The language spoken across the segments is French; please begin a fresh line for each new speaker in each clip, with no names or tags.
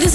this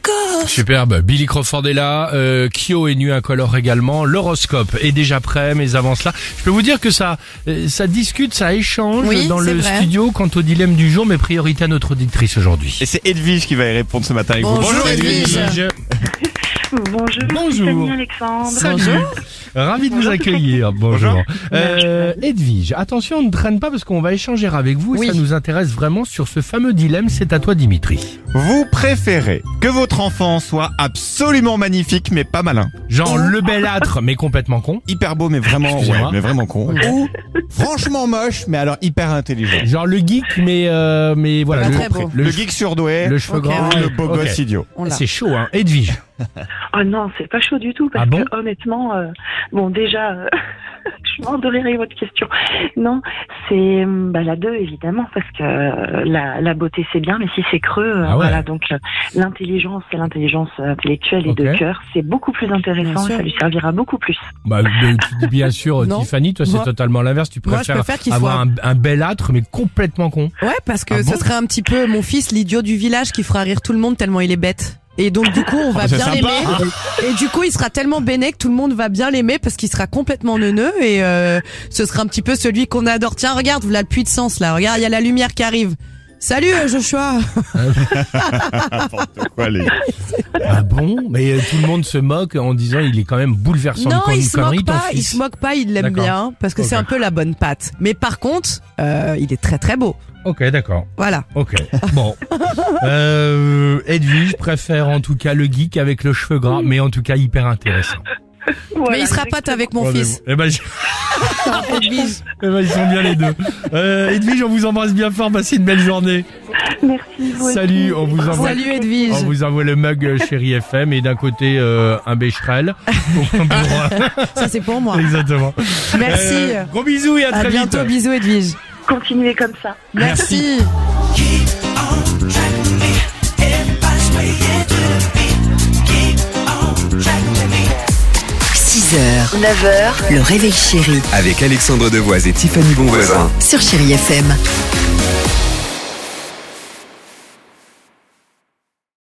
off.
Superbe. Billy Crawford est là. Euh, Kyo est nu incolore également. L'horoscope est déjà prêt, mais avant cela, je peux vous dire que ça, euh, ça discute, ça échange
Oui,
dans
c'est
le
vrai.
studio quant au dilemme du jour, mais priorité à notre auditrice aujourd'hui.
Et c'est Edwige qui va y répondre ce matin avec vous.
Bonjour, Edwige.
Bonjour,
Bonjour.
Tiffany Alexandre.
Salut. Ravi de vous accueillir. Bonjour. Euh, Edwige, attention, on ne traîne pas parce qu'on va échanger avec vous et ça nous intéresse vraiment sur ce fameux dilemme. C'est à toi, Dimitri.
Vous préférez que votre enfant soit absolument magnifique mais pas malin,
Genre le bel âtre, mais complètement con.
hyper beau mais vraiment,
Excusez-moi.
ouais, mais vraiment con, ou franchement moche mais alors hyper intelligent.
Genre le geek, mais euh, mais voilà.
Pas très beau.
le,
Le, geek surdoué,
le cheveu
Eh, Ok.
grand,
ou le beau
Ok.
gosse idiot.
On l'a.
C'est chaud, hein. Edwige.
Ah non, c'est pas chaud du tout parce
Ah bon
que honnêtement, euh, bon déjà, euh, je suis mort de rire avec votre question. Non, c'est hum, bah, la 2 évidemment parce que euh, la, la beauté c'est bien, mais si c'est creux, euh,
Ah ouais.
voilà donc euh, l'intelligence, c'est l'intelligence intellectuelle et
Ok.
de cœur, c'est beaucoup plus
Bien
intéressant
sûr.
et ça lui servira beaucoup plus.
Bah, mais tu dis bien sûr,
Non.
Tiffany, toi c'est
Moi-
totalement l'inverse. Tu
moi, je
préfères
préfère qu'il
avoir un, un bel âtre mais complètement con.
Ouais, parce que
Ah
ce
bon
serait un petit peu mon fils, l'idiot du village, qui fera rire tout le monde tellement il est bête. Et donc du coup,
Ah,
on va
bah,
Ah, c'est
bien
sympa,
l'aimer.
hein.
Et du coup, il sera tellement béné que tout le monde va bien l'aimer parce qu'il sera complètement neuneux et euh, ce sera un petit peu celui qu'on adore. Tiens, regarde, voilà le puits de sens là. Regarde, il y a la lumière qui arrive. Salut euh, Joshua.
N'importe quoi, les-
Ah bon Mais euh, tout le monde se moque en disant il est quand même bouleversant
Non,
de con-
il
de
se moque
conneries, ton
pas. Il
fils.
se moque pas. Il l'aime
D'accord.
bien parce que c'est
Ok.
un peu la bonne patte. Mais par contre, euh, il est très très beau.
Ok, d'accord.
Voilà.
Ok. Bon. Euh, Edwige préfère en tout cas le geek avec le cheveu gras, mais en tout cas hyper intéressant.
Voilà,
Mais il sera
exactement.
patte avec mon fils.
Eh ben, je- Eh ben, ils sont bien les deux. Euh, Edwige, on vous embrasse bien fort. Passez une belle journée.
Merci. vous aussi.
Salut, on vous envoie.
Salut Edwige.
On vous envoie le mug euh, chéri FM et d'un côté euh, un bécherel. Pour- pour-
Ça c'est pour moi.
exactement.
Merci.
Euh, gros bisous et à,
à
très
bientôt.
vite.
Bisous Edwige.
Continuez comme ça.
Merci.
me.
6h, 9h, le réveil chéri
Avec Alexandre Devoise et Tiffany Bonvoisin.
sur Chérie FM.